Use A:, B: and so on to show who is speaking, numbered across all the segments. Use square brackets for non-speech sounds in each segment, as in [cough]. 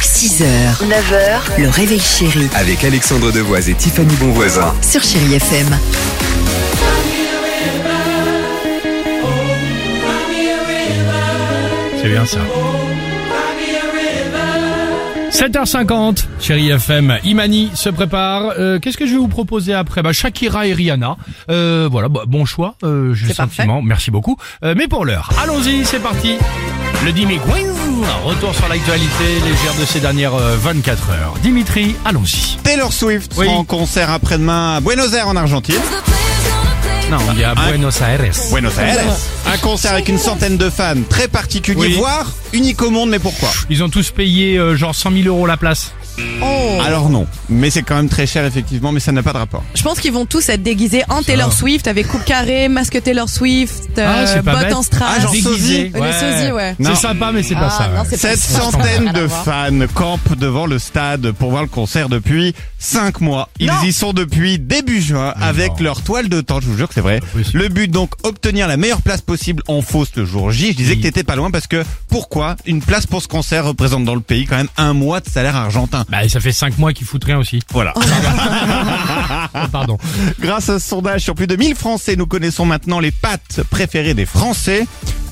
A: 6h, 9h, le réveil chéri
B: Avec Alexandre Devoise et Tiffany Bonvoisin.
A: sur Chéri FM.
C: C'est bien ça. 7h50, chérie FM, Imani se prépare. Euh, Qu'est-ce que je vais vous proposer après bah, Shakira et Rihanna. Euh, voilà, bah, bon choix, euh, j'ai le sentiment. Merci beaucoup. Euh, mais pour l'heure, allons-y, c'est parti. Le Dimitri, retour sur l'actualité légère de ces dernières euh, 24 heures. Dimitri, allons-y.
D: Taylor Swift
C: Oui.
D: sera en concert après-demain à Buenos Aires en Argentine.
C: Non, il y a
D: un-
C: Buenos Aires.
D: Buenos Aires. Un concert avec une centaine de fans, très particulier,
C: Oui.
D: voire unique au monde, mais pourquoi
C: Ils ont tous payé euh, genre 100 000 euros la place.
E: Oh.
D: Alors non, mais c'est quand même très cher effectivement, mais ça n'a pas de rapport.
E: Je pense qu'ils vont tous être déguisés en Taylor Swift avec coupe carrée, masque Taylor Swift,
C: Ah, c'est
E: euh,
C: pas bête.
E: bottes en strass.
D: Ah, genre
C: Déguisé.
D: sosie.
E: Les sosies, ouais.
D: Non.
C: C'est sympa, mais c'est
E: Ah,
C: pas ça.
E: non,
C: ouais.
E: c'est pas
D: Cette
E: ça.
D: centaine
E: Rien à
D: de
E: voir.
D: fans campent devant le stade pour voir le concert depuis 5 mois. Ils y sont depuis début juin avec
C: non.
D: leur toile de temps, je vous jure que c'est vrai.
C: Oui.
D: Le but donc, obtenir la meilleure place possible en fausse le jour J. Je disais
C: Oui.
D: que t'étais pas loin parce que pourquoi une place pour ce concert représente dans le pays quand même un mois de salaire argentin
C: Bah, ça fait 5 mois qu'ils foutent rien aussi.
D: Voilà.
C: Ah, Pardon.
D: [laughs] Grâce à ce sondage sur plus de 1000 Français, nous connaissons maintenant les pâtes préférées des Français.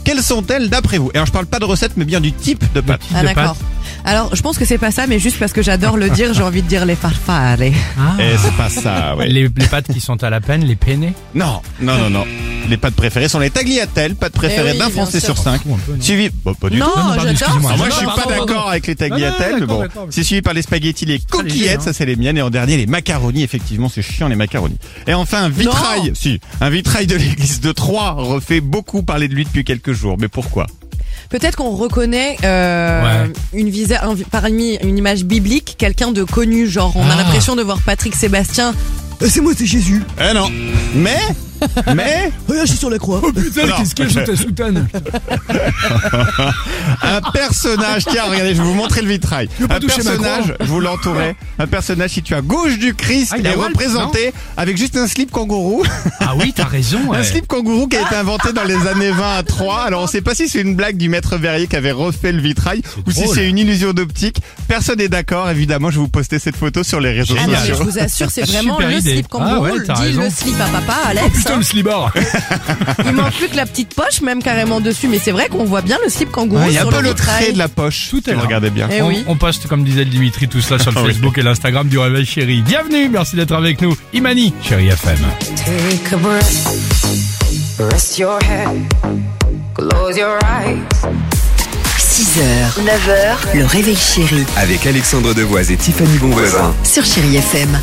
D: Quelles sont-elles d'après vous Et alors je parle pas de recette mais bien du type de pâte.
E: Ah,
C: de
E: d'accord. Alors, je pense que c'est pas ça, mais juste parce que j'adore le dire, j'ai envie de dire les farfares.
C: Ah.
D: Eh, c'est pas ça, ouais.
C: Les, les pâtes qui sont à la peine, les penne.
D: Non, non, non, non. Les pâtes préférées sont les tagliatelles, pâtes préférées
E: Eh oui,
D: d'un
E: bien
D: Français
E: sûr.
D: sur cinq.
C: fout un peu, non
D: Suivi, bah, pas du
E: Non,
D: tout.
C: Non, non, pardon,
E: j'adore.
C: excusez-moi.
D: Ah, moi,
C: non,
D: je suis
C: pardon,
D: pas
C: pardon.
D: d'accord avec les tagliatelles,
C: Non, non,
D: mais bon.
C: d'accord, d'accord.
D: C'est suivi par les spaghettis, les
C: léger, hein.
D: coquillettes, ça c'est les miennes, et en dernier les macaronis, effectivement, c'est chiant les macaronis. Et enfin, un vitrail, si, un vitrail de l'église de Troyes refait beaucoup parler de lui depuis quelques jours. Mais pourquoi
E: Peut-être qu'on reconnaît euh,
C: Ouais.
E: une visa, un vi- parmi une image biblique, quelqu'un de connu, genre on
C: Ah.
E: a l'impression de voir Patrick Sébastien. Euh, C'est moi, c'est Jésus.
D: Eh non Mais
C: [laughs]
D: Mais
E: Regarde, je suis sur la croix.
C: Oh, Putain,
D: Non. qu'est-ce qu'il y a [laughs] sous
C: ta soutane
D: Un personnage, tiens, regardez, je vais vous montrer le vitrail.
C: pas
D: Un
C: toucher ma
D: personnage,
C: croix.
D: je vous l'entourais. Un personnage situé à gauche du Christ
C: Ah, il
D: est
C: a Walt,
D: représenté avec juste un slip kangourou.
C: Ah oui, t'as raison. ouais.
D: Un slip kangourou qui a été inventé dans les années 20 à 3. Alors on sait pas si c'est une blague du maître verrier qui avait refait le vitrail ou si
C: drôle.
D: c'est une illusion d'optique. Personne n'est d'accord, évidemment, je vais vous poster cette photo sur les réseaux
E: Ah non, mais je
D: sociaux.
E: vous assure, c'est vraiment
C: Super
E: le
C: idée.
E: slip
C: Ah
E: kangourou.
C: ouais,
E: le
C: t'as
E: dit
C: raison.
E: le slip à papa, Alex. hein.
C: slibard
E: Il manque plus que la petite poche, même carrément dessus. Mais c'est vrai qu'on voit bien le slip kangourou
D: Ouais, Il y a un
E: sur
D: peu
E: le
D: le
E: vitrail.
D: trait de la poche.
C: Tout est
D: si vous
C: là.
D: regardez bien.
E: Eh
C: on,
E: oui.
C: on poste, comme disait Dimitri, tout cela sur le
D: Ah oui.
C: Facebook et l'Instagram du Réveil Chéri. Bienvenue, merci d'être avec nous. Imani, Chéri FM.
F: Take a breath, rest your head, close your eyes.
A: 6h, 9h, le réveil chéri
G: Avec Alexandre Devoise et Tiffany Bonvoisin.
A: sur Chéri FM.